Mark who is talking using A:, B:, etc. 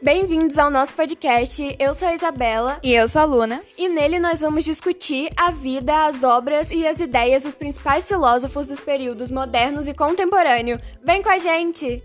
A: Bem-vindos ao nosso podcast. Eu sou a Isabela
B: E eu sou a Luna.
A: e nele nós vamos discutir a vida, as obras e as ideias dos principais filósofos dos períodos modernos e contemporâneo. Vem com a gente!